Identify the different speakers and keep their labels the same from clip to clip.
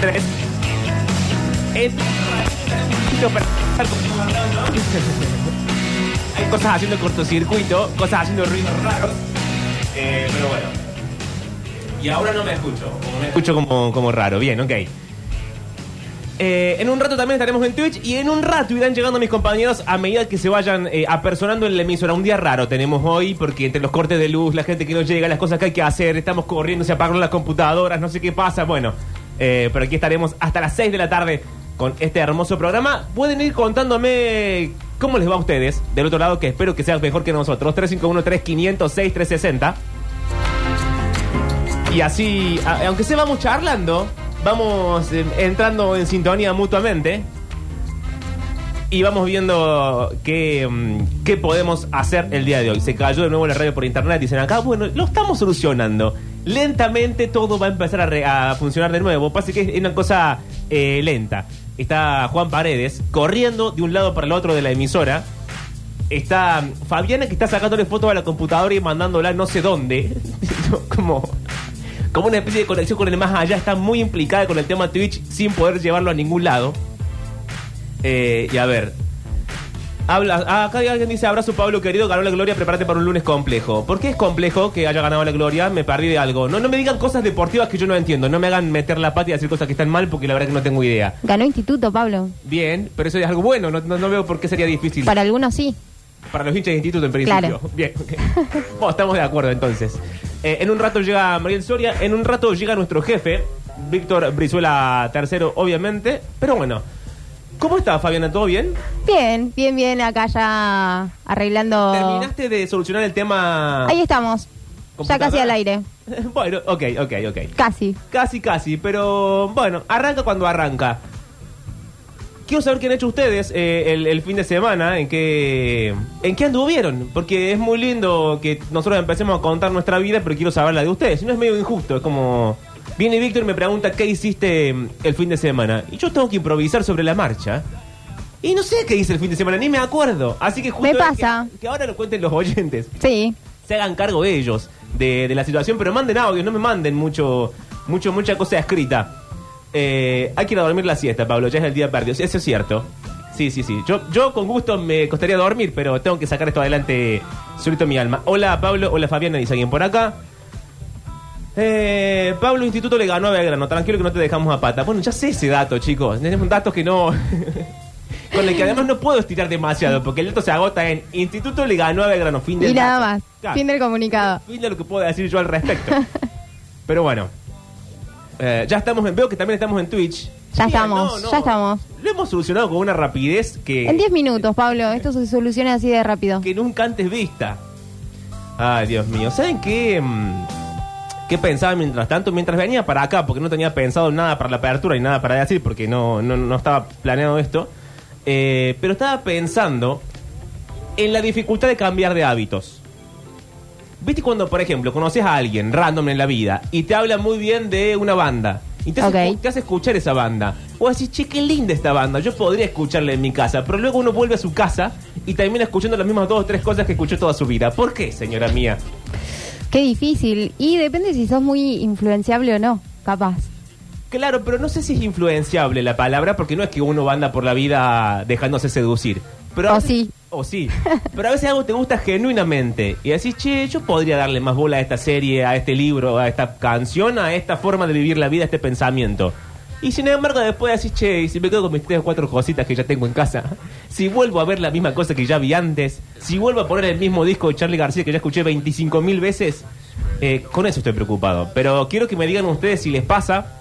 Speaker 1: 3 es hay cosas haciendo cortocircuito, cosas haciendo ruidos raros. Eh, pero bueno. Y ahora no me escucho. o me escucho como, como raro. Bien, ok. Eh, en un rato también estaremos en Twitch y en un rato irán llegando mis compañeros a medida que se vayan eh, apersonando en la emisora. Un día raro tenemos hoy porque entre los cortes de luz, la gente que no llega, las cosas que hay que hacer, estamos corriendo, se apagaron las computadoras, no sé qué pasa. Bueno, eh, pero aquí estaremos hasta las 6 de la tarde con este hermoso programa. Pueden ir contándome cómo les va a ustedes del otro lado, que espero que sea mejor que nosotros. 351-3500-6360. Y así, a- aunque se vamos charlando, vamos eh, entrando en sintonía mutuamente. Y vamos viendo qué, mm, qué podemos hacer el día de hoy. Se cayó de nuevo la radio por internet. Dicen acá, bueno, lo estamos solucionando. Lentamente todo va a empezar a, re- a funcionar de nuevo. Pasa que es una cosa eh, lenta. Está Juan Paredes corriendo de un lado para el otro de la emisora. Está mm, Fabiana que está sacándole fotos a la computadora y mandándola no sé dónde. Yo como, como una especie de conexión con el más allá. Está muy implicada con el tema Twitch sin poder llevarlo a ningún lado. Eh, y a ver. Habla, ah, acá alguien dice, abrazo Pablo querido, ganó la gloria, prepárate para un lunes complejo. ¿Por qué es complejo que haya ganado la gloria? Me perdí de algo. No, no me digan cosas deportivas que yo no entiendo. No me hagan meter la pata y decir cosas que están mal porque la verdad que no tengo idea.
Speaker 2: Ganó instituto, Pablo.
Speaker 1: Bien, pero eso es algo bueno. No, no- no veo por qué sería difícil.
Speaker 2: Para algunos sí.
Speaker 1: Para los hinchas de instituto en principio.
Speaker 2: Claro.
Speaker 1: Bien. Bueno, estamos de acuerdo entonces. Eh, en un rato llega Mariel Soria, en un rato llega nuestro jefe, Víctor Brizuela III, obviamente. Pero bueno, ¿cómo está Fabiana? ¿Todo bien?
Speaker 2: Bien, bien, bien, acá ya arreglando.
Speaker 1: ¿Terminaste de solucionar el tema?
Speaker 2: Oh. Ahí estamos. Ya
Speaker 1: computadora?
Speaker 2: casi al aire.
Speaker 1: Bueno, ok, ok, ok.
Speaker 2: Casi.
Speaker 1: Casi, casi, pero bueno, arranca cuando arranca. Quiero saber qué han hecho ustedes eh, el, el fin de semana, en qué, en qué anduvieron, porque es muy lindo que nosotros empecemos a contar nuestra vida, pero quiero saber la de ustedes. Si no es medio injusto, es como... Viene Víctor y me pregunta qué hiciste mm, el fin de semana, y yo tengo que improvisar sobre la marcha. Y no sé qué hice el fin de semana, ni me acuerdo. Así que justo
Speaker 2: Me
Speaker 1: que-
Speaker 2: pasa.
Speaker 1: que ahora lo cuenten los oyentes
Speaker 2: Sí.
Speaker 1: se hagan cargo ellos de, de la situación, pero manden audios, no me manden mucho, mucho, mucha cosa escrita. Eh, hay que ir a dormir la siesta, Pablo, ya es el día perdido, eso es cierto. Sí, sí, sí. Yo, yo con gusto me costaría dormir, pero tengo que sacar esto adelante solito en mi alma. Hola Pablo, hola Fabiana, dice alguien por acá. Eh, Pablo Instituto le ganó a Belgrano, tranquilo que no te dejamos a pata. Bueno, ya sé ese dato, chicos. Tenemos un dato que no. con el que además no puedo estirar demasiado, porque el dato se agota en Instituto le ganó a Belgrano, fin de
Speaker 2: Y nada más. Fin del comunicado.
Speaker 1: fin de lo que puedo decir yo al respecto. Pero bueno. Eh, ya estamos en. Veo que también estamos en Twitch.
Speaker 2: Ya estamos, ya estamos.
Speaker 1: Lo hemos solucionado con una rapidez que.
Speaker 2: En 10 minutos, Pablo. Esto se soluciona así de rápido.
Speaker 1: que nunca antes vista. Ay, Dios mío. ¿Saben qué? mm, ¿Qué pensaba mientras tanto? Mientras venía para acá, porque no tenía pensado nada para la apertura y nada para decir, porque no, no, no estaba planeado esto. Eh, pero estaba pensando en la dificultad de cambiar de hábitos. ¿Viste cuando, por ejemplo, conoces a alguien random en la vida y te habla muy bien de una banda? Y te hace,
Speaker 2: Ok.
Speaker 1: escu- te hace escuchar esa banda. O decís, che, qué linda esta banda, yo podría escucharla en mi casa. Pero luego uno vuelve a su casa y termina escuchando las mismas dos o tres cosas que escuchó toda su vida. ¿Por qué, señora mía?
Speaker 2: Qué difícil. Y depende si sos muy influenciable o no. Capaz.
Speaker 1: Claro, pero no sé si es influenciable la palabra, porque no es que uno anda por la vida dejándose seducir. Pero a
Speaker 2: O
Speaker 1: veces-
Speaker 2: sí.
Speaker 1: O sí. Pero a veces algo te gusta genuinamente. Y decís, che, yo podría darle más bola a esta serie, a este libro, a esta canción, a esta forma de vivir la vida, a este pensamiento. Y sin embargo, después decís, che, y si me quedo con mis tres o cuatro cositas que ya tengo en casa, si vuelvo a ver la misma cosa que ya vi antes, si vuelvo a poner el mismo disco de Charlie García que ya escuché 25 mil veces, eh, con eso estoy preocupado. Pero quiero que me digan ustedes si les pasa.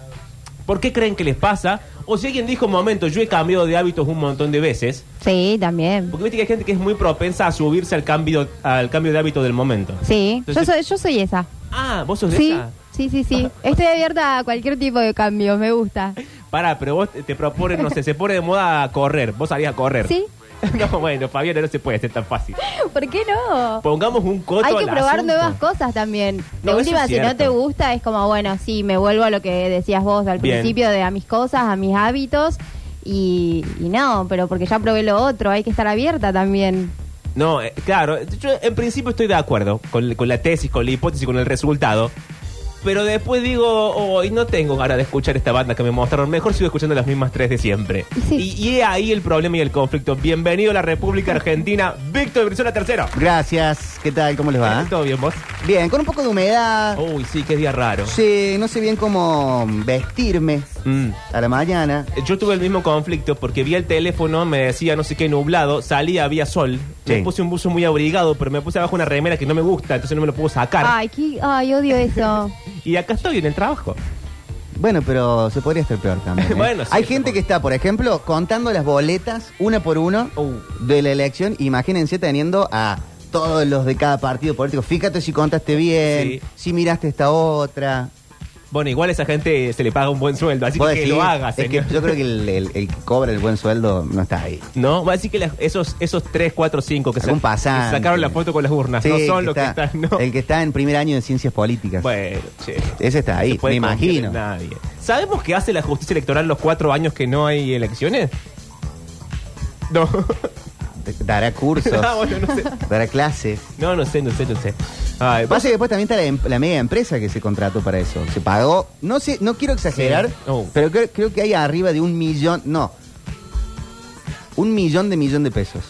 Speaker 1: ¿Por qué creen que les pasa? O si alguien dijo un momento, yo he cambiado de hábitos un montón de veces.
Speaker 2: Sí, también.
Speaker 1: Porque viste que hay gente que es muy propensa a subirse al cambio, al cambio de hábito del momento.
Speaker 2: Sí. Yo
Speaker 1: Entonces-
Speaker 2: soy, yo soy esa.
Speaker 1: Ah, vos sos de
Speaker 2: Sí.
Speaker 1: esa.
Speaker 2: Sí, sí, sí. Estoy abierta a cualquier tipo de cambio. Me gusta.
Speaker 1: Pará, pero vos te- te propones, no sé, se pone de moda a correr. Vos salís a correr.
Speaker 2: Sí.
Speaker 1: No, bueno, Fabiana, no se puede hacer tan fácil.
Speaker 2: ¿Por qué no?
Speaker 1: Pongamos un coto
Speaker 2: Hay que
Speaker 1: al
Speaker 2: probar
Speaker 1: asunto.
Speaker 2: nuevas cosas también.
Speaker 1: No,
Speaker 2: de
Speaker 1: eso
Speaker 2: última,
Speaker 1: es
Speaker 2: si no
Speaker 1: cierto.
Speaker 2: te gusta, es como, bueno, sí, me vuelvo a lo que decías vos al
Speaker 1: Bien.
Speaker 2: principio, de a mis cosas, a mis hábitos. Y, y no, pero porque ya probé lo otro, hay que estar abierta también.
Speaker 1: No, eh, claro, yo en principio estoy de acuerdo con, con la tesis, con la hipótesis, con el resultado. pero después digo, hoy no tengo ganas de escuchar esta banda que me mostraron. Mejor sigo escuchando las mismas tres de siempre.
Speaker 2: Sí.
Speaker 1: Y, y he ahí el problema y el conflicto. Bienvenido a la República Argentina, Víctor Brizola tercero.
Speaker 3: Gracias, ¿qué tal? ¿Cómo les va?
Speaker 1: ¿Todo bien vos?
Speaker 3: Bien, con un poco de humedad.
Speaker 1: Uy, sí, qué día raro.
Speaker 3: Sí, no sé bien cómo vestirme
Speaker 1: Mm.
Speaker 3: a la mañana.
Speaker 1: Yo tuve el mismo conflicto porque vi el teléfono, me decía no sé qué nublado, salía, había sol. Me
Speaker 3: Sí.
Speaker 1: puse un buzo muy abrigado, pero me puse abajo una remera que no me gusta, entonces no me lo puedo sacar.
Speaker 2: Ay, qué- ay, odio eso.
Speaker 1: Y acá estoy en el trabajo.
Speaker 3: Bueno, pero se podría estar peor también. ¿eh?
Speaker 1: Bueno, sí,
Speaker 3: Hay
Speaker 1: se
Speaker 3: gente
Speaker 1: puede.
Speaker 3: que está, por ejemplo, contando las boletas una por uno
Speaker 1: Uh.
Speaker 3: de la elección. Imagínense teniendo a todos los de cada partido político. Fíjate si contaste bien,
Speaker 1: Sí.
Speaker 3: si miraste esta otra.
Speaker 1: Bueno, igual a esa gente se le paga un buen sueldo, así que
Speaker 3: Vos
Speaker 1: que
Speaker 3: decís,
Speaker 1: lo haga,
Speaker 3: es que
Speaker 1: señor.
Speaker 3: yo creo que el, el- el que cobra el buen sueldo no está ahí.
Speaker 1: No, así que las- esos, esos 3, 4, 5 que, sa-
Speaker 3: Algún pasante.
Speaker 1: que sacaron la foto con las urnas,
Speaker 3: Sí,
Speaker 1: no
Speaker 3: el
Speaker 1: son los que
Speaker 3: está-
Speaker 1: están, no.
Speaker 3: El que está en primer año de ciencias políticas.
Speaker 1: Bueno, che.
Speaker 3: Ese está
Speaker 1: no
Speaker 3: ahí,
Speaker 1: se puede
Speaker 3: me
Speaker 1: confiar en
Speaker 3: imagino.
Speaker 1: Nadie. ¿Sabemos qué hace la justicia electoral los cuatro años que no hay elecciones? No.
Speaker 3: Dará cursos,
Speaker 1: Ah, bueno, no sé.
Speaker 3: dará clases.
Speaker 1: No, no sé, no sé, no sé. Ay,
Speaker 3: Pasa que después también está la, em- la media empresa que se contrató para eso. Se pagó, no sé, no quiero exagerar,
Speaker 1: Sí. Oh.
Speaker 3: pero creo, creo que hay arriba de un millón, no, un millón de millón de pesos.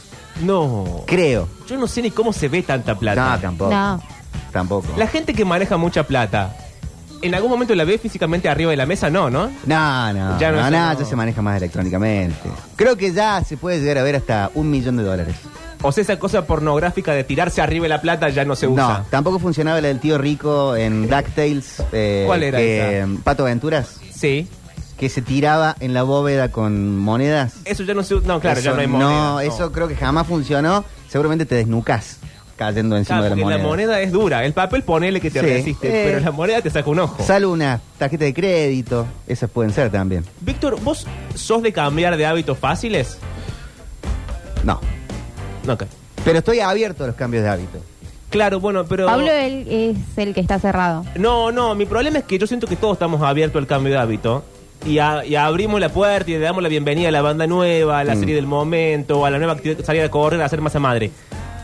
Speaker 1: no.
Speaker 3: Creo.
Speaker 1: Yo no sé ni cómo se ve tanta plata.
Speaker 3: No, tampoco.
Speaker 2: No.
Speaker 3: Tampoco.
Speaker 1: La gente que maneja mucha plata, ¿en algún momento la ve físicamente arriba de la mesa? No, ¿no?
Speaker 3: No,
Speaker 1: Ya
Speaker 3: no, ya
Speaker 1: no
Speaker 3: no,
Speaker 1: sé,
Speaker 3: no,
Speaker 1: no.
Speaker 3: ya se maneja más electrónicamente. Creo que ya se puede llegar a ver hasta un millón de dólares.
Speaker 1: O sea, esa cosa pornográfica de tirarse arriba de la plata ya no se
Speaker 3: No,
Speaker 1: usa.
Speaker 3: tampoco funcionaba la del tío rico en DuckTales. eh,
Speaker 1: ¿Cuál era
Speaker 3: que,
Speaker 1: esa?
Speaker 3: Pato Venturas,
Speaker 1: Sí.
Speaker 3: que se tiraba en la bóveda con monedas.
Speaker 1: Eso ya no se usa. No, claro,
Speaker 3: Eso
Speaker 1: ya no hay moneda.
Speaker 3: No, eso creo que jamás funcionó. Seguramente te desnucas cayendo encima
Speaker 1: Claro,
Speaker 3: de la
Speaker 1: porque
Speaker 3: moneda.
Speaker 1: la moneda es dura. El papel ponele que te
Speaker 3: Sí.
Speaker 1: resiste,
Speaker 3: Eh.
Speaker 1: pero la moneda te saca un ojo.
Speaker 3: Sale una tarjeta de crédito, esas pueden ser también.
Speaker 1: Víctor, ¿vos sos de cambiar de hábitos fáciles?
Speaker 3: No.
Speaker 1: No, ok.
Speaker 3: Pero estoy abierto a los cambios de hábito.
Speaker 1: Claro, bueno, pero...
Speaker 2: Pablo él es el que está cerrado.
Speaker 1: No, no, mi problema es que yo siento que todos estamos abiertos al cambio de hábito. Y, a- y abrimos la puerta y le damos la bienvenida a la banda nueva, a
Speaker 3: Mm.
Speaker 1: la serie del momento, a la nueva actividad, salir a correr, a hacer masa madre.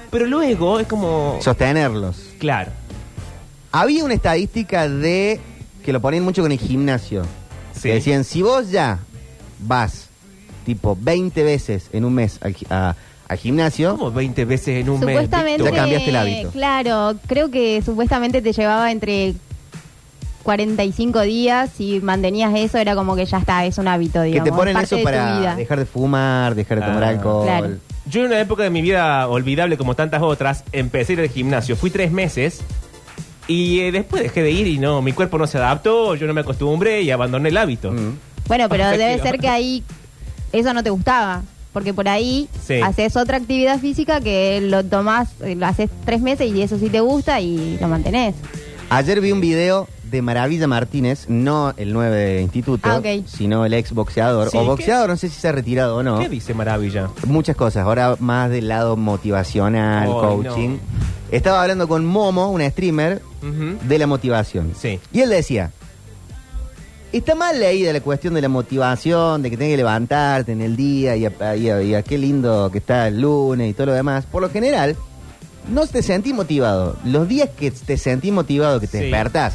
Speaker 1: Pero luego es como...
Speaker 3: Sostenerlos.
Speaker 1: Claro.
Speaker 3: Había una estadística de que lo ponían mucho con el gimnasio.
Speaker 1: Sí.
Speaker 3: Que decían, si vos ya vas tipo 20 veces en un mes al, gi- a- al gimnasio,
Speaker 1: Como 20 veces en un mes.
Speaker 2: Supuestamente.
Speaker 1: Víctor.
Speaker 3: Ya cambiaste el hábito.
Speaker 2: Claro, creo que supuestamente te llevaba entre 45 días y mantenías eso, era como que ya está, es un hábito,
Speaker 3: que
Speaker 2: digamos.
Speaker 3: te ponen
Speaker 2: parte
Speaker 3: eso
Speaker 2: de tu vida.
Speaker 3: para dejar de fumar, dejar de tomar
Speaker 1: Ah.
Speaker 3: alcohol. Mm.
Speaker 2: Claro.
Speaker 1: Yo en una época de mi vida olvidable como tantas otras, empecé a ir al gimnasio. Fui tres meses y eh, después dejé de ir y no, mi cuerpo no se adaptó, yo no me acostumbré y abandoné el hábito.
Speaker 3: Mm.
Speaker 2: Bueno, pero
Speaker 1: Hasta
Speaker 2: debe
Speaker 1: que-
Speaker 2: ser que ahí eso no te gustaba. Porque por ahí
Speaker 1: Sí.
Speaker 2: haces otra actividad física que lo tomás, eh, lo haces tres meses y eso sí te gusta y lo mantenés.
Speaker 3: Ayer vi un video de Maravilla Martínez, no el 9 de instituto,
Speaker 2: Ah, ok.
Speaker 3: sino el ex boxeador.
Speaker 1: Sí,
Speaker 3: o
Speaker 1: ¿qué?
Speaker 3: boxeador, no sé si se ha retirado o no.
Speaker 1: ¿Qué dice Maravilla?
Speaker 3: Muchas cosas, ahora más del lado motivacional,
Speaker 1: Ay,
Speaker 3: coaching.
Speaker 1: no.
Speaker 3: Estaba hablando con Momo, una streamer,
Speaker 1: Ujú.
Speaker 3: de la motivación.
Speaker 1: Sí.
Speaker 3: Y él decía, está mal leída la cuestión de la motivación, de que tenés que levantarte en el día y a, y a- y a qué lindo que está el lunes y todo lo demás. Por lo general, no te sentís motivado. Los días que te sentís motivado, que te
Speaker 1: Sí.
Speaker 3: despertás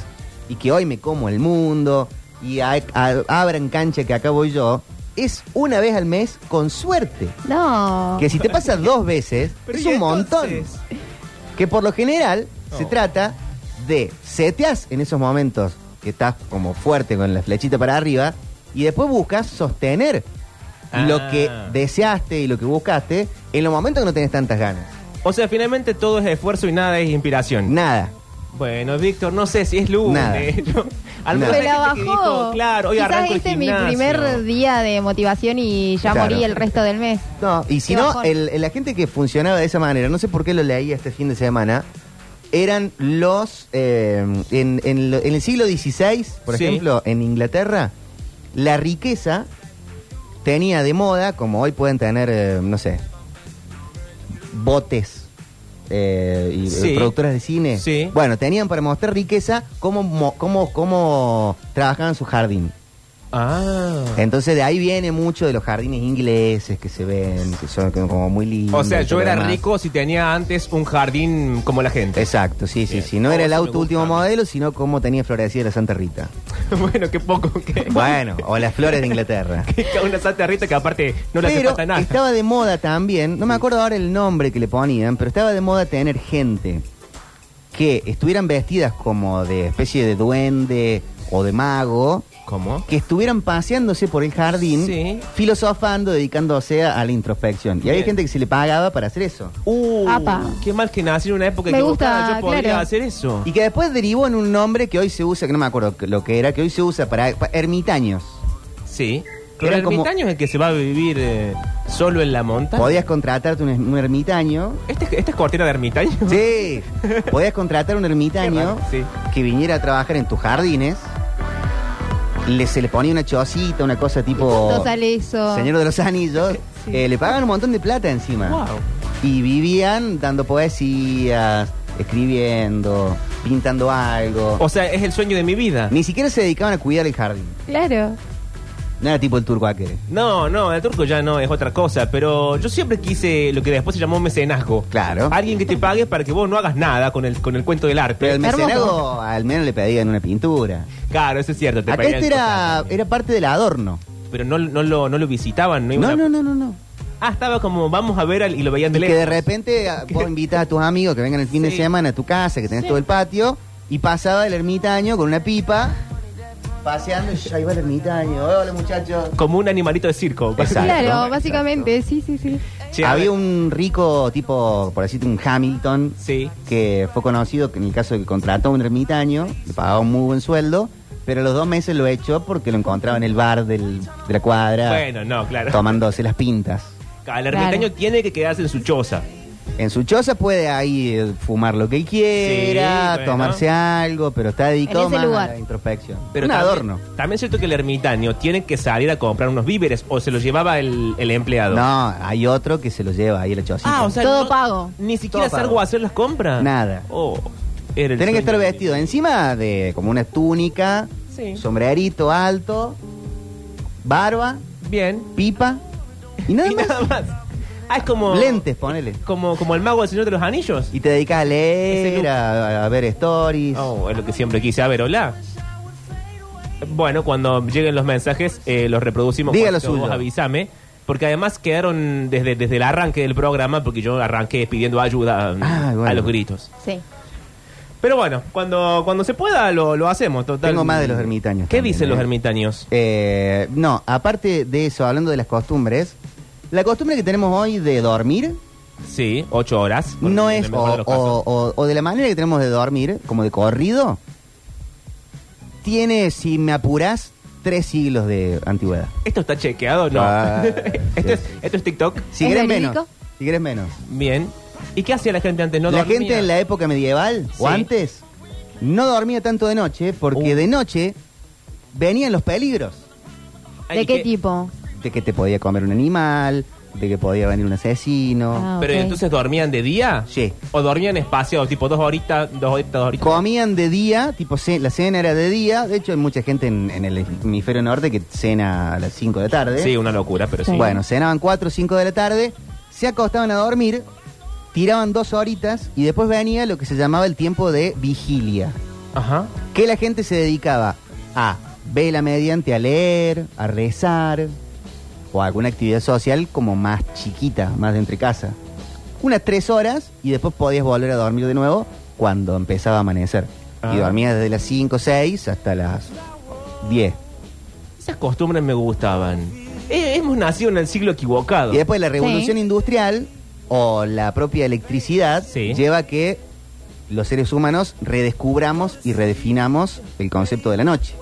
Speaker 3: y que hoy me como el mundo y a- a- abran cancha que acá voy yo, es una vez al mes con suerte.
Speaker 2: No.
Speaker 3: Que si te pasa dos veces,
Speaker 1: Pero
Speaker 3: es
Speaker 1: ¿y
Speaker 3: un montón.
Speaker 1: entonces?
Speaker 3: Que por lo general se
Speaker 1: No.
Speaker 3: trata de seteas en esos momentos que estás como fuerte con la flechita para arriba y después buscas sostener
Speaker 1: Ah.
Speaker 3: lo que deseaste y lo que buscaste en los momentos que no tenés tantas ganas.
Speaker 1: O sea, finalmente todo es esfuerzo y nada es inspiración.
Speaker 3: Nada.
Speaker 1: bueno, Víctor, no sé si es lunes.
Speaker 3: Nada.
Speaker 1: Yo- al menos
Speaker 3: Nada.
Speaker 2: me
Speaker 1: hay
Speaker 2: la
Speaker 1: gente que
Speaker 2: bajó.
Speaker 1: dijo, claro, hoy
Speaker 2: Quizás
Speaker 1: arranco el
Speaker 2: este es mi
Speaker 1: gimnasio.
Speaker 2: primer día de motivación y ya
Speaker 3: Claro.
Speaker 2: morí el resto del mes.
Speaker 3: No, y si
Speaker 2: Qué
Speaker 3: no,
Speaker 2: bajón.
Speaker 3: el- el- la gente que funcionaba de esa manera, no sé por qué lo leí este fin de semana, eran los... eh, en, en lo- en el siglo XVI, por
Speaker 1: Sí.
Speaker 3: ejemplo, en Inglaterra, la riqueza tenía de moda, como hoy pueden tener, eh, no sé, botes. eh, y eh,
Speaker 1: Sí.
Speaker 3: productoras de cine.
Speaker 1: Sí.
Speaker 3: Bueno, tenían para mostrar riqueza cómo, mo- cómo, cómo trabajaban su jardín.
Speaker 1: Ah.
Speaker 3: Entonces de ahí viene mucho de los jardines ingleses que se ven, que son como muy lindos.
Speaker 1: O sea,
Speaker 3: y
Speaker 1: yo
Speaker 3: todo lo
Speaker 1: era
Speaker 3: demás.
Speaker 1: rico si tenía antes un jardín como la gente.
Speaker 3: Exacto, sí, sí,
Speaker 1: Bien.
Speaker 3: sí. No era el
Speaker 1: Oh, eso me
Speaker 3: auto último
Speaker 1: gusta.
Speaker 3: modelo, sino cómo tenía florecida la Santa Rita.
Speaker 1: bueno, qué poco que.
Speaker 3: Bueno, o las flores de Inglaterra.
Speaker 1: que una santa rita que aparte no le hace
Speaker 3: Pero
Speaker 1: falta nada.
Speaker 3: estaba de moda también, no me acuerdo ahora el nombre que le ponían, pero estaba de moda tener gente que estuvieran vestidas como de especie de duende o de mago,
Speaker 1: ¿Cómo?
Speaker 3: que estuvieran paseándose por el jardín,
Speaker 1: Sí.
Speaker 3: filosofando, dedicándose a, a la introspección. Y había
Speaker 1: Bien.
Speaker 3: gente que se le pagaba para hacer eso.
Speaker 1: Uh,
Speaker 2: Apa.
Speaker 1: qué mal que nací en una época
Speaker 2: Me
Speaker 1: equivocada. yo
Speaker 2: gusta,
Speaker 1: podría
Speaker 2: claro.
Speaker 1: hacer eso.
Speaker 3: Y que después derivó en un nombre que hoy se usa, que no me acuerdo lo que era, que hoy se usa para, para ermitaños.
Speaker 1: Sí. Pero
Speaker 3: Era
Speaker 1: el
Speaker 3: como-
Speaker 1: ermitaño es el que se va a vivir eh, solo en la montaña.
Speaker 3: Podías contratarte un, un ermitaño.
Speaker 1: ¿Este, ¿Esta es cortina de ermitaño?
Speaker 3: Sí, podías contratar un ermitaño
Speaker 1: Qué raro,
Speaker 3: que viniera a trabajar en tus jardines. Le, se le ponía una chocita, una cosa tipo
Speaker 2: ¿Cuánto sale eso?
Speaker 3: Oh. Señor de los Anillos.
Speaker 2: Sí.
Speaker 3: Eh, le pagaban un montón de plata encima.
Speaker 1: Wow.
Speaker 3: Y vivían dando poesías, escribiendo, pintando algo.
Speaker 1: O sea, es el sueño de mi vida.
Speaker 3: Ni siquiera se dedicaban a cuidar el jardín.
Speaker 2: Claro.
Speaker 3: No era tipo el turco aquel.
Speaker 1: No, no, el turco ya no es otra cosa, pero yo siempre quise lo que después se llamó mecenazgo.
Speaker 3: Claro.
Speaker 1: Alguien que te pague para que vos no hagas nada con el, con el cuento del arte.
Speaker 3: Pero el
Speaker 2: Hermoso.
Speaker 3: mecenago al menos le pedían una pintura.
Speaker 1: Claro, eso es cierto. te
Speaker 3: Acá
Speaker 1: pedían
Speaker 3: este era,
Speaker 1: cosas.
Speaker 3: era parte del adorno.
Speaker 1: Pero no, no, lo, no lo visitaban. No, iban
Speaker 3: No,
Speaker 1: a-
Speaker 3: no, no, no, no.
Speaker 1: Ah, estaba como, vamos a ver al- y lo veían de
Speaker 3: Y que
Speaker 1: lejos.
Speaker 3: de repente ah, vos invitas a tus amigos que vengan el fin de
Speaker 1: Sí.
Speaker 3: semana a tu casa, que tenés
Speaker 1: Sí.
Speaker 3: todo el patio, y pasaba el ermitaño con una pipa, paseando, y ahí va el ermitaño, hola muchachos.
Speaker 1: Como un animalito de circo.
Speaker 3: Exacto.
Speaker 2: Claro,
Speaker 3: Exacto.
Speaker 2: básicamente, sí, sí, sí.
Speaker 1: Che, a ver.
Speaker 3: Había un rico tipo, por decirte, un Hamilton,
Speaker 1: Sí.
Speaker 3: que fue conocido que en el caso de que contrató a un ermitaño, le pagaba un muy buen sueldo, pero a los dos meses lo echó porque lo encontraba en el bar del- de la cuadra,
Speaker 1: Bueno, no, claro.
Speaker 3: tomándose las pintas.
Speaker 1: El ermitaño
Speaker 2: Claro.
Speaker 1: tiene que quedarse en su choza.
Speaker 3: En su choza puede ahí eh, fumar lo que quiera,
Speaker 1: Sí, bueno.
Speaker 3: tomarse algo, pero está dedicado
Speaker 2: En ese
Speaker 3: más
Speaker 2: lugar.
Speaker 3: a la introspección.
Speaker 1: Pero
Speaker 3: Un
Speaker 1: también-
Speaker 3: adorno.
Speaker 1: También es cierto que el ermitaño tiene que salir a comprar unos víveres o se los llevaba el, el empleado.
Speaker 3: No, hay otro que se lo lleva ahí a la chocita.
Speaker 1: Ah, o sea,
Speaker 2: Todo
Speaker 1: no-
Speaker 2: pago.
Speaker 1: Ni siquiera
Speaker 3: Todo
Speaker 1: hacer
Speaker 3: pago.
Speaker 1: o hacer las compras.
Speaker 3: Nada.
Speaker 1: Oh, era el
Speaker 3: Tienen que
Speaker 1: sueño
Speaker 3: estar
Speaker 1: de mi
Speaker 3: vestidos
Speaker 1: vida.
Speaker 3: encima de como una túnica,
Speaker 1: Sí.
Speaker 3: sombrerito alto, barba,
Speaker 1: Bien.
Speaker 3: pipa y nada
Speaker 1: y
Speaker 3: más.
Speaker 1: nada más. Ah, es como.
Speaker 3: Lentes, ponele.
Speaker 1: Como, como el mago del Señor de los Anillos.
Speaker 3: Y te dedicas a
Speaker 1: Ese
Speaker 3: leer,
Speaker 1: look.
Speaker 3: a, a ver stories.
Speaker 1: Oh, es lo que siempre quise. A ver, hola. Bueno, cuando lleguen los mensajes, eh, los reproducimos.
Speaker 3: Diga
Speaker 1: Juancho,
Speaker 3: lo suyo.
Speaker 1: Vos avísame. Porque además quedaron desde, desde el arranque del programa, porque yo arranqué pidiendo ayuda mm,
Speaker 3: Ah, bueno.
Speaker 1: a los gritos.
Speaker 2: Sí.
Speaker 1: Pero bueno, cuando, cuando se pueda lo, lo hacemos. Total.
Speaker 3: Tengo más de los ermitaños
Speaker 1: ¿Qué
Speaker 3: también,
Speaker 1: dicen los
Speaker 3: eh.
Speaker 1: ermitaños?
Speaker 3: Eh, no, aparte de eso, hablando de las costumbres, la costumbre que tenemos hoy de dormir
Speaker 1: Sí, ocho horas. por-
Speaker 3: no
Speaker 1: en el
Speaker 3: es o,
Speaker 1: mejor de los casos.
Speaker 3: o- o- o de la manera que tenemos de dormir, como de corrido, tiene, si me apuras, tres siglos de antigüedad.
Speaker 1: ¿Esto está chequeado? No.
Speaker 3: Ah,
Speaker 1: esto, es, esto es TikTok.
Speaker 3: Si
Speaker 2: ¿Es
Speaker 3: querés
Speaker 2: verídico?
Speaker 3: menos. Si querés menos.
Speaker 1: Bien. ¿Y qué hacía la gente antes? No
Speaker 3: la
Speaker 1: dormía.
Speaker 3: gente en la época medieval
Speaker 1: Sí.
Speaker 3: o antes no dormía tanto de noche porque
Speaker 1: Uh.
Speaker 3: de noche venían los peligros
Speaker 1: Ay,
Speaker 2: ¿De qué
Speaker 1: que-
Speaker 2: tipo?
Speaker 3: de que te podía comer un animal, de que podía venir un
Speaker 2: Ah,
Speaker 3: asesino.
Speaker 1: ¿Pero
Speaker 2: ok.
Speaker 1: entonces dormían de día?
Speaker 3: Sí.
Speaker 1: ¿O dormían espaciados, tipo dos horitas, dos horitas, dos horitas?
Speaker 3: Comían de día, tipo ce- la cena era de día. De hecho, hay mucha gente en, en el hemisferio norte que cena a las 5 de la tarde.
Speaker 1: Sí, una locura, pero sí.
Speaker 3: ¿eh? Bueno, cenaban 4 o 5 de la tarde, se acostaban a dormir, tiraban dos horitas y después venía lo que se llamaba el tiempo de vigilia,
Speaker 1: Ajá.
Speaker 3: que la gente se dedicaba a vela mediante a leer, a rezar o a alguna actividad social como más chiquita, más de entre casa. Unas tres horas y después podías volver a dormir de nuevo cuando empezaba a amanecer.
Speaker 1: Ah.
Speaker 3: Y dormías desde las 5, 6 hasta las 10.
Speaker 1: Esas costumbres me gustaban. Eh, hemos nacido en el siglo equivocado.
Speaker 3: Y después la revolución
Speaker 2: Sí.
Speaker 3: industrial o la propia electricidad
Speaker 1: Sí.
Speaker 3: lleva a que los seres humanos redescubramos y redefinamos el concepto de la noche.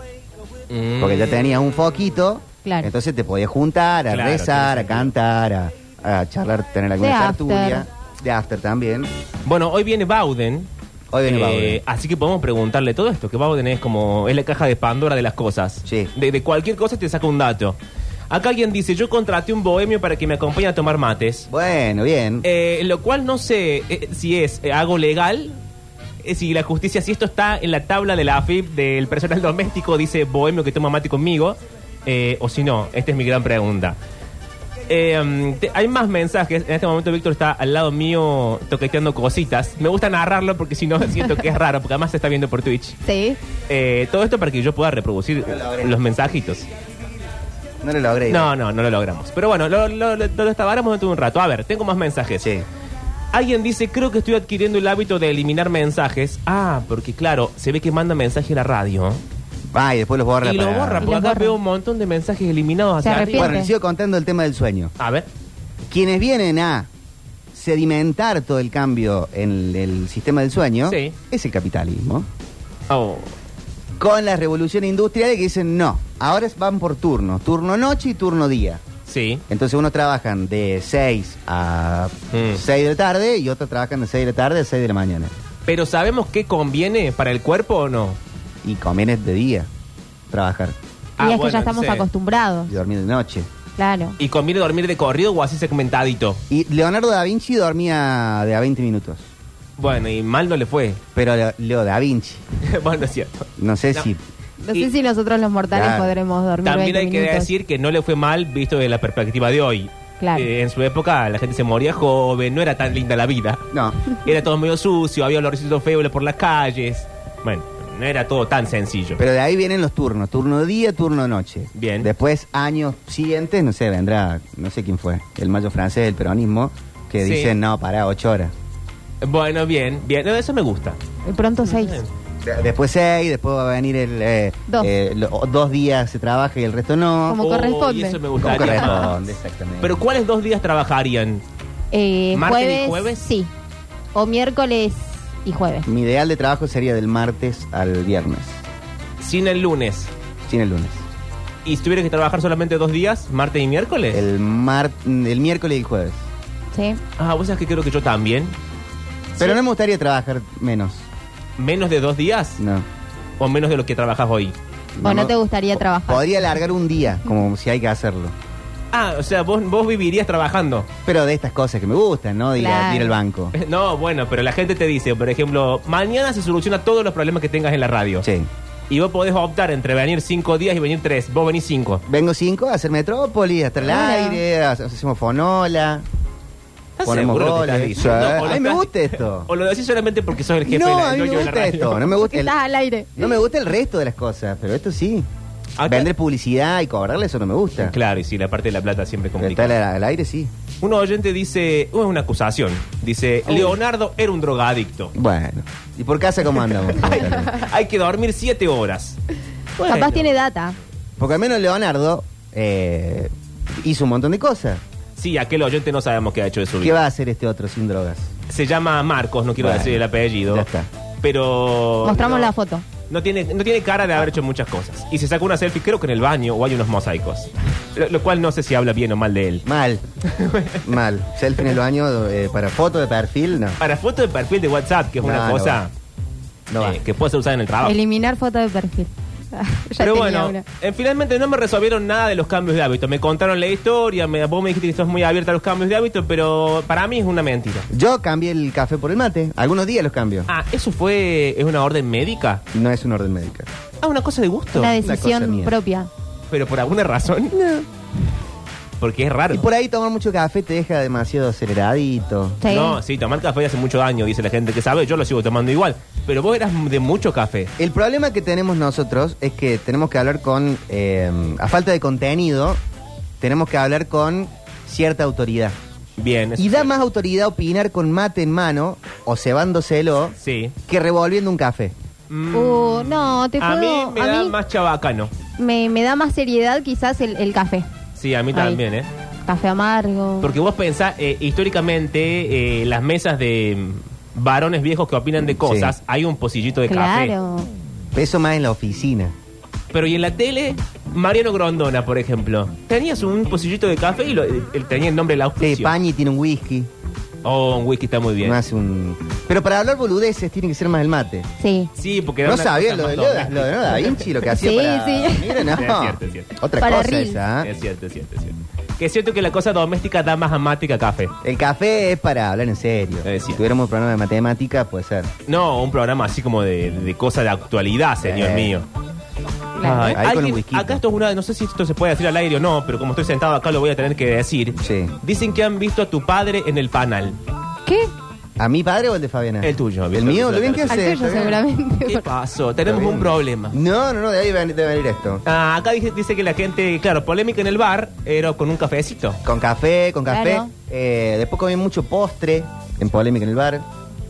Speaker 1: Mm.
Speaker 3: Porque ya tenías un foquito,
Speaker 2: Claro.
Speaker 3: entonces te podías juntar a
Speaker 1: Claro,
Speaker 3: rezar,
Speaker 1: tiene
Speaker 3: a cantar, a, a charlar, tener alguna
Speaker 2: De after.
Speaker 3: tertulia. De after también.
Speaker 1: Bueno, hoy viene Bauden.
Speaker 3: Hoy viene
Speaker 1: Eh,
Speaker 3: Bauden.
Speaker 1: Así que podemos preguntarle todo esto, que Bauden es como, es la caja de Pandora de las cosas.
Speaker 3: Sí.
Speaker 1: De, de cualquier cosa te saca un dato. Acá alguien dice, yo contraté un bohemio para que me acompañe a tomar mates.
Speaker 3: Bueno, bien.
Speaker 1: Eh, lo cual no sé eh, si es eh, algo legal, eh, si la justicia, si esto está en la tabla de la AFIP del personal doméstico, dice bohemio que toma mate conmigo, Eh, o si no, esta es mi gran pregunta. Eh, te- hay más mensajes. En este momento Víctor está al lado mío toqueteando cositas. Me gusta narrarlo porque si no siento que es raro, porque además se está viendo por Twitch.
Speaker 2: Sí.
Speaker 1: Eh, todo esto para que yo pueda reproducir
Speaker 3: No lo logré.
Speaker 1: los mensajitos.
Speaker 3: No lo logré.
Speaker 1: No, no, no lo logramos. Pero bueno, lo, lo, lo, lo destaparamos dentro de un rato. A ver, tengo más mensajes.
Speaker 3: Sí.
Speaker 1: Alguien dice, creo que estoy adquiriendo el hábito de eliminar mensajes. Ah, porque claro, se ve que manda mensaje a la radio.
Speaker 3: Va y después los borra.
Speaker 1: y lo
Speaker 3: para-
Speaker 1: borra, pues,
Speaker 2: Y
Speaker 1: porque
Speaker 2: los
Speaker 1: acá
Speaker 2: borra.
Speaker 1: veo un montón de mensajes eliminados
Speaker 2: Se
Speaker 1: hacia arriba.
Speaker 3: Bueno, les sigo contando el tema del sueño.
Speaker 1: A ver,
Speaker 3: Quienes vienen a sedimentar todo el cambio en el, el sistema del sueño
Speaker 1: Sí.
Speaker 3: es el capitalismo.
Speaker 1: Oh,
Speaker 3: Con las revoluciones industriales que dicen no, ahora van por turno, turno noche y turno día.
Speaker 1: sí.
Speaker 3: Entonces unos trabajan de 6 a
Speaker 1: Mm.
Speaker 3: 6 de la tarde y otros trabajan de 6 de la tarde a 6 de la mañana.
Speaker 1: Pero ¿sabemos qué conviene para el cuerpo o no?
Speaker 3: Y conviene de día trabajar
Speaker 1: Ah,
Speaker 2: y es que
Speaker 1: bueno,
Speaker 2: ya estamos
Speaker 1: sí.
Speaker 2: acostumbrados.
Speaker 3: y dormir de noche.
Speaker 2: Claro.
Speaker 1: ¿Y conviene dormir de corrido o así segmentadito?
Speaker 3: Y Leonardo da Vinci dormía de a 20 minutos.
Speaker 1: Bueno, y mal no le fue.
Speaker 3: Pero Leo, Leo da Vinci,
Speaker 1: bueno, es cierto.
Speaker 3: no sé
Speaker 1: No.
Speaker 3: si...
Speaker 2: No
Speaker 1: Y-
Speaker 2: sé si nosotros los mortales
Speaker 3: Claro.
Speaker 2: podremos dormir.
Speaker 1: También
Speaker 2: 20
Speaker 1: hay que
Speaker 2: minutos.
Speaker 1: decir que no le fue mal visto de la perspectiva de hoy.
Speaker 2: Claro.
Speaker 1: Eh, en su época la gente se moría joven, no era tan linda la vida.
Speaker 3: No,
Speaker 1: Era todo medio sucio, había olorcitos feos por las calles. Bueno, no era todo tan sencillo.
Speaker 3: pero de ahí vienen los turnos, turno día, turno noche.
Speaker 1: Bien.
Speaker 3: Después, años siguientes, no sé, vendrá, no sé quién fue, el mayo francés del peronismo, que
Speaker 1: Sí.
Speaker 3: dicen, no, pará, 8 horas.
Speaker 1: Bueno, bien, bien. No, eso me gusta.
Speaker 2: Y Eh, Pronto seis.
Speaker 3: De- Después 6, después va a venir el... eh,
Speaker 2: Dos.
Speaker 3: eh, lo- o- dos días se trabaja y el resto no.
Speaker 2: Como
Speaker 1: Oh,
Speaker 2: corresponde.
Speaker 1: y eso me
Speaker 3: Como
Speaker 1: gustaría.
Speaker 3: corresponde, exactamente.
Speaker 1: Pero ¿cuáles dos días trabajarían?
Speaker 2: Eh,
Speaker 1: ¿Martes y
Speaker 2: jueves,
Speaker 1: jueves?
Speaker 2: Sí. O miércoles y jueves.
Speaker 3: Mi ideal de trabajo sería del martes al viernes,
Speaker 1: Sin el lunes.
Speaker 3: sin el lunes.
Speaker 1: ¿Y si tuvieras que trabajar solamente dos días, martes y miércoles?
Speaker 3: El, mar el miércoles y el jueves.
Speaker 2: Sí.
Speaker 1: Ah, vos sabés que creo que yo también.
Speaker 3: Pero no me gustaría trabajar menos.
Speaker 1: ¿Menos de dos días?
Speaker 3: No.
Speaker 1: ¿O menos de lo que trabajas hoy?
Speaker 2: O no te gustaría
Speaker 3: po-
Speaker 2: trabajar.
Speaker 3: Podría alargar un día, como si hay que hacerlo.
Speaker 1: Ah, o sea, vos, vos vivirías trabajando.
Speaker 3: Pero de estas cosas que me gustan, ¿no? De ir, a-
Speaker 2: Claro.
Speaker 3: de ir al banco.
Speaker 1: No, bueno, pero la gente te dice, por ejemplo, mañana se soluciona todos los problemas que tengas en la radio.
Speaker 3: Sí.
Speaker 1: Y vos podés optar entre venir cinco días y venir tres. Vos venís cinco.
Speaker 3: Vengo cinco a hacer Metrópolis, a estar al
Speaker 2: Claro.
Speaker 3: aire, a- hacemos fonola,
Speaker 1: Ah. ¿Estás
Speaker 3: ponemos
Speaker 1: seguro que
Speaker 3: goles.
Speaker 1: estás diciendo?
Speaker 3: Sí.
Speaker 1: O lo
Speaker 3: eh, A mí me
Speaker 1: estás-
Speaker 3: gusta esto.
Speaker 1: O lo decís solamente porque sos el jefe
Speaker 3: No,
Speaker 1: de la,
Speaker 3: a mí
Speaker 1: el
Speaker 3: me
Speaker 1: dueño de la
Speaker 3: gusta
Speaker 1: radio.
Speaker 3: esto. No me gusta,
Speaker 2: Porque
Speaker 3: el,
Speaker 2: estás al aire.
Speaker 3: no me gusta el resto de las cosas, pero esto sí.
Speaker 1: Acá-
Speaker 3: Vender publicidad y cobrarle, eso no me gusta.
Speaker 1: Claro, y sí, la parte de la plata siempre
Speaker 3: Pero estar
Speaker 1: complica.
Speaker 3: al, al aire sí.
Speaker 1: Un oyente dice, uh, es una acusación. Dice,
Speaker 2: Uy.
Speaker 1: Leonardo era un drogadicto.
Speaker 3: Bueno. ¿Y por casa cómo andamos?
Speaker 1: Hay que dormir siete horas. Bueno.
Speaker 2: Capaz tiene data.
Speaker 3: Porque al menos Leonardo eh, hizo un montón de cosas.
Speaker 1: Sí, aquel oyente no sabemos qué ha hecho de su
Speaker 3: ¿Qué
Speaker 1: vida.
Speaker 3: va a hacer este otro sin drogas?
Speaker 1: Se llama Marcos, no quiero
Speaker 3: Bueno,
Speaker 1: decir el apellido.
Speaker 3: ya está.
Speaker 1: Pero.
Speaker 2: Mostramos
Speaker 1: no-
Speaker 2: la foto.
Speaker 1: No tiene, no tiene cara de haber hecho muchas cosas. Y se sacó una selfie, creo que en el baño o hay unos mosaicos. Lo, lo cual no sé si habla bien o mal de él.
Speaker 3: Mal. Mal. Selfie en el baño eh, para foto de perfil, no.
Speaker 1: Para foto de perfil de WhatsApp, que es
Speaker 3: No,
Speaker 1: una
Speaker 3: no
Speaker 1: cosa
Speaker 3: No va.
Speaker 1: eh, que puede ser usada en el trabajo.
Speaker 2: Eliminar foto de perfil. Ya
Speaker 1: Pero
Speaker 2: tenía
Speaker 1: bueno,
Speaker 2: una.
Speaker 1: eh, finalmente no me resolvieron nada de los cambios de hábito. Me contaron la historia, me, vos me dijiste que estás muy abierta a los cambios de hábito, pero para mí es una mentira.
Speaker 3: Yo cambié el café por el mate. Algunos días los cambio.
Speaker 1: Ah, ¿eso fue. es una orden médica?
Speaker 3: No es una orden médica.
Speaker 1: Ah, una cosa de gusto.
Speaker 2: Una
Speaker 3: cosa
Speaker 2: decisión
Speaker 3: mía.
Speaker 2: propia.
Speaker 1: Pero por alguna razón. Porque es raro.
Speaker 3: Y por ahí tomar mucho café te deja demasiado aceleradito.
Speaker 2: Sí.
Speaker 1: No, sí, tomar café hace mucho daño, dice la gente que sabe. Yo lo sigo tomando igual. Pero vos eras de mucho café.
Speaker 3: El problema que tenemos nosotros es que tenemos que hablar con, eh, a falta de contenido, tenemos que hablar con cierta autoridad.
Speaker 1: Bien. eso
Speaker 3: Y da
Speaker 1: sí.
Speaker 3: más autoridad opinar con mate en mano o cebándoselo
Speaker 1: Sí.
Speaker 3: que revolviendo un café.
Speaker 1: Mm,
Speaker 2: Uh, no, te
Speaker 1: a mí
Speaker 2: puedo-
Speaker 1: me
Speaker 2: a
Speaker 1: da
Speaker 2: mí-
Speaker 1: más chabacano.
Speaker 2: Me, me da más seriedad quizás el, el café.
Speaker 1: Sí, a mí
Speaker 2: Ahí.
Speaker 1: también, ¿eh?
Speaker 2: Café amargo.
Speaker 1: Porque vos pensás, eh, históricamente, eh, las mesas de mm, varones viejos que opinan de cosas,
Speaker 3: Sí.
Speaker 1: hay un pocillito de café.
Speaker 2: claro.
Speaker 3: Eso más en la oficina.
Speaker 1: Pero y en la tele, Mariano Grondona, por ejemplo, tenías un pocillito de café y lo- eh, él tenía el nombre del
Speaker 3: Sí,
Speaker 1: auspicio.
Speaker 3: Pañi tiene un whisky.
Speaker 1: Oh, un whisky está muy bien.
Speaker 3: No hace un... Pero para hablar boludeces tiene que ser más el mate.
Speaker 2: Sí.
Speaker 1: Sí, porque era
Speaker 3: No
Speaker 1: una
Speaker 3: sabía
Speaker 1: cosa
Speaker 3: lo
Speaker 1: más
Speaker 3: de, lo de-
Speaker 1: doméstica.
Speaker 3: lo de Leonardo da Vinci, lo que hacía
Speaker 2: Sí,
Speaker 3: para... Ah,
Speaker 2: sí.
Speaker 3: Mira,
Speaker 1: Sí,
Speaker 3: no.
Speaker 1: es cierto, es cierto.
Speaker 3: Otra
Speaker 2: Para
Speaker 3: cosa
Speaker 2: Reels.
Speaker 3: esa, ¿eh?
Speaker 1: Es cierto, es cierto, es cierto. Que es cierto que la cosa doméstica da más amática a café.
Speaker 3: El café es para hablar en serio.
Speaker 1: Es
Speaker 3: si
Speaker 1: cierto.
Speaker 3: tuviéramos un programa de matemática, puede ser.
Speaker 1: No, un programa así como de, de cosa de actualidad, señor
Speaker 3: Eh.
Speaker 1: mío.
Speaker 2: Claro.
Speaker 1: Ay,
Speaker 3: Ahí con
Speaker 1: alguien-
Speaker 3: el whisky.
Speaker 1: acá esto es una, no sé si esto se puede decir al aire o no, pero como estoy sentado acá lo voy a tener que decir.
Speaker 3: Sí.
Speaker 1: Dicen que han visto a tu padre en el panal.
Speaker 2: ¿Qué?
Speaker 3: ¿A mi padre o el de Fabiana?
Speaker 1: El tuyo,
Speaker 3: ¿El
Speaker 1: Víctor,
Speaker 3: mío? ¿Lo bien que
Speaker 1: Víctor.
Speaker 2: Al
Speaker 3: hace?
Speaker 2: tuyo
Speaker 3: ¿Está
Speaker 1: ¿Qué
Speaker 3: bien?
Speaker 2: seguramente.
Speaker 1: pasó? Tenemos
Speaker 3: Está
Speaker 1: un
Speaker 3: bien.
Speaker 1: problema.
Speaker 3: No, no, no, de ahí ven- debe venir esto.
Speaker 1: Ah, acá dice, dice que la gente, claro, polémica en el bar, era con un cafecito.
Speaker 3: Con café, con café.
Speaker 2: Claro.
Speaker 3: Eh, después comí mucho postre en polémica en el bar.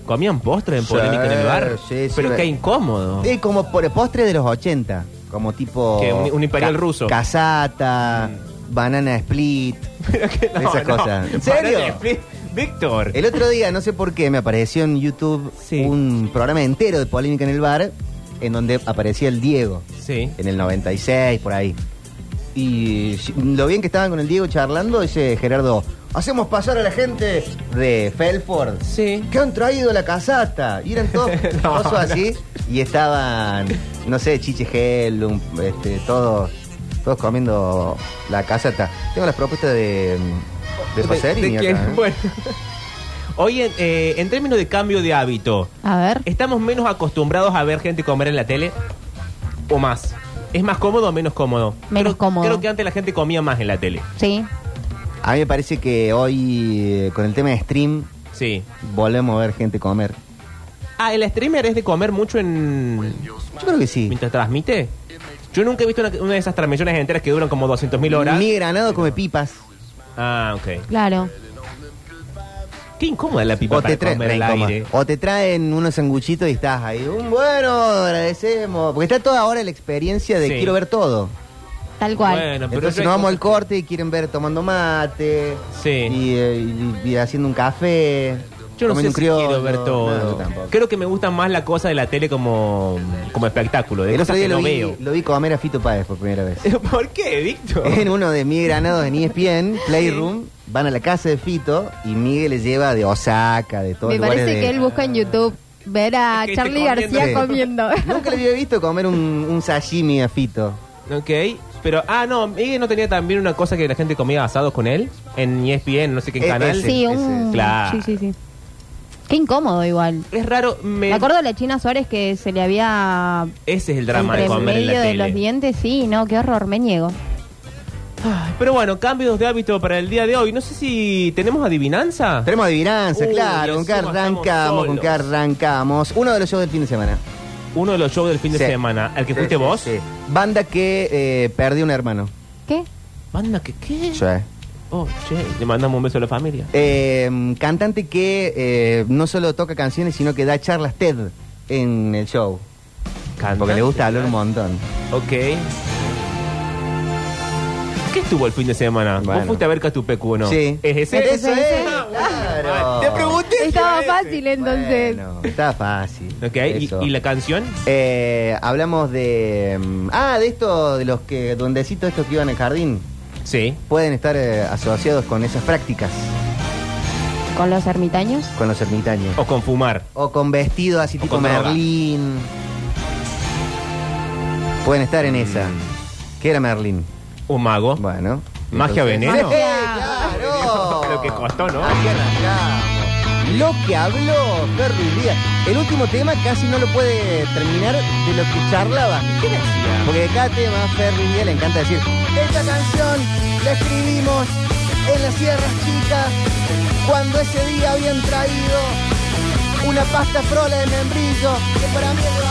Speaker 1: ¿Comían postre en
Speaker 3: Sí,
Speaker 1: polémica en el bar?
Speaker 3: sí, sí,
Speaker 1: Pero
Speaker 3: me-
Speaker 1: qué incómodo.
Speaker 3: Sí, como por postre de los 80. Como tipo.
Speaker 1: Que un- un imperial
Speaker 3: ca-
Speaker 1: ruso. Mm.
Speaker 3: Casata, banana split.
Speaker 1: Pero que no,
Speaker 3: Esas
Speaker 1: no.
Speaker 3: cosas. ¿En serio?
Speaker 1: Pará, Víctor.
Speaker 3: El otro día, no sé por qué, me apareció en YouTube
Speaker 1: Sí.
Speaker 3: un programa entero de polémica en el bar. En donde aparecía el Diego.
Speaker 1: Sí.
Speaker 3: en el 96, por ahí. Y lo bien que estaban con el Diego charlando, dice Gerardo, hacemos pasar a la gente de Felford.
Speaker 1: Sí.
Speaker 3: Que han traído la casata. Y eran todos
Speaker 1: No,
Speaker 3: cosas
Speaker 1: no.
Speaker 3: así. Y estaban, no sé, Chiche Hellum, este, todos, todos comiendo la casata. Tengo las propuestas de, mm, de, Pacerini
Speaker 1: de
Speaker 3: acá,
Speaker 1: quién?
Speaker 3: ¿eh?
Speaker 1: Bueno. Hoy, en, eh, en términos de cambio de hábito,
Speaker 2: A ver.
Speaker 1: ¿estamos menos acostumbrados a ver gente comer en la tele? ¿O más? ¿Es más cómodo o menos cómodo?
Speaker 2: Menos
Speaker 1: Creo-
Speaker 2: cómodo.
Speaker 1: Creo que antes la gente comía más en la tele.
Speaker 2: Sí.
Speaker 3: A mí me parece que hoy, eh, con el tema de stream,
Speaker 1: Sí.
Speaker 3: volvemos a ver gente comer.
Speaker 1: Ah, el streamer es de comer mucho en.
Speaker 3: Yo creo que sí.
Speaker 1: mientras transmite. Yo nunca he visto una, una de esas transmisiones enteras que duran como 200.000 horas.
Speaker 3: Mi granado come pipas.
Speaker 1: Ah, ok.
Speaker 2: Claro.
Speaker 1: Qué incómoda la pipa
Speaker 3: O te,
Speaker 1: para
Speaker 3: traen,
Speaker 1: comer al
Speaker 3: traen coma.
Speaker 1: aire.
Speaker 3: o te traen unos sanguchitos y estás ahí. Un bueno, agradecemos. Porque está toda ahora la experiencia de
Speaker 1: Sí.
Speaker 3: quiero ver todo.
Speaker 2: Tal cual.
Speaker 1: Bueno, pero
Speaker 3: Entonces
Speaker 1: yo-
Speaker 3: nos vamos al corte y quieren ver tomando mate.
Speaker 1: Sí.
Speaker 3: Y, eh, y- y haciendo un café.
Speaker 1: Yo no sé
Speaker 3: comiendo un
Speaker 1: si quiero
Speaker 3: criollo.
Speaker 1: ver todo.
Speaker 3: No, yo tampoco.
Speaker 1: Creo que me gusta más la cosa de la tele como, como espectáculo, de
Speaker 3: El otro
Speaker 1: cosas
Speaker 3: día
Speaker 1: que
Speaker 3: lo
Speaker 1: no
Speaker 3: vi,
Speaker 1: veo.
Speaker 3: lo vi comer a Fito Páez por primera vez.
Speaker 1: ¿Por qué, Víctor?
Speaker 3: en uno de mis granados en E ESPN, Playroom, van a la casa de Fito y Miguel les lleva de Osaka, de todo
Speaker 2: Me parece que él busca en YouTube ver a
Speaker 1: Es que
Speaker 2: Charlie
Speaker 1: esté comiendo.
Speaker 2: García comiendo.
Speaker 3: Nunca le había visto comer un, un sashimi a Fito.
Speaker 1: Ok, pero... Ah, no, Miguel no tenía también una cosa que la gente comía asados con él en E ESPN, no sé qué
Speaker 3: Eh,
Speaker 1: canal.
Speaker 3: ese.
Speaker 2: sí, un...
Speaker 1: Claro.
Speaker 2: Sí, sí, sí. Qué incómodo igual.
Speaker 1: Es raro, me...
Speaker 2: Me acuerdo de la China Suárez que se le había...
Speaker 1: Ese es el drama de
Speaker 2: entre
Speaker 1: comer en
Speaker 2: medio
Speaker 1: la
Speaker 2: de
Speaker 1: tele.
Speaker 2: los dientes, sí, no, qué horror, me niego.
Speaker 1: Ay, Pero bueno, cambios de hábito para el día de hoy. No sé si tenemos adivinanza.
Speaker 3: Tenemos adivinanza,
Speaker 1: Uy,
Speaker 3: claro. ¿Con qué
Speaker 1: encima estamos
Speaker 3: arrancamos? ¿Con
Speaker 1: solos.
Speaker 3: qué arrancamos? Uno de los shows del fin de semana.
Speaker 1: Uno de los shows del fin de
Speaker 3: Sí.
Speaker 1: semana, al que
Speaker 3: Sí,
Speaker 1: fuiste
Speaker 3: sí,
Speaker 1: vos.
Speaker 3: sí. Banda que eh, perdió un hermano.
Speaker 2: ¿Qué?
Speaker 1: Banda, ¿qué qué?
Speaker 3: Sí.
Speaker 1: Oh, che, le mandamos un beso a la familia.
Speaker 3: Eh, cantante que eh, no solo toca canciones, sino que da charlas TED en el show. Porque le gusta hablar un montón.
Speaker 1: Ok. ¿Qué estuvo el fin de semana? ¿Vos
Speaker 3: Bueno.
Speaker 1: fuiste a ver Catupecu o no?
Speaker 3: Sí.
Speaker 1: ¿Es ese? Ah,
Speaker 3: Eso es,
Speaker 2: ¿Ese?
Speaker 3: claro.
Speaker 1: Te pregunté. si era
Speaker 2: Estaba
Speaker 1: ese.
Speaker 2: fácil entonces.
Speaker 3: Bueno, está fácil.
Speaker 1: Ok, ¿y-
Speaker 3: Eso.
Speaker 1: ¿Y, la canción?
Speaker 3: Eh, hablamos de. mm, Ah, de esto, de los que. Duendecitos estos que iban al jardín.
Speaker 1: Sí.
Speaker 3: Pueden estar eh, asociados con esas prácticas.
Speaker 2: Con los ermitaños.
Speaker 3: Con los ermitaños.
Speaker 1: ¿O con fumar?
Speaker 3: O con vestido así tipo
Speaker 1: con droga.
Speaker 3: Merlín. Pueden estar en esa.
Speaker 1: Mm.
Speaker 3: ¿Qué era Merlín?
Speaker 1: ¿Un mago?
Speaker 3: Bueno.
Speaker 1: ¿Magia veneno?
Speaker 3: ¡Sí, claro!
Speaker 1: Lo que costó, ¿no?
Speaker 3: Así arrancamos. Lo que habló Ferri Díaz. El último tema casi no lo puede terminar de lo que charlaba. Porque de cada tema Ferri Díaz le encanta decir Esta canción la escribimos en las sierras chicas cuando ese día habían traído una pasta frola de membrillo que para mí es lo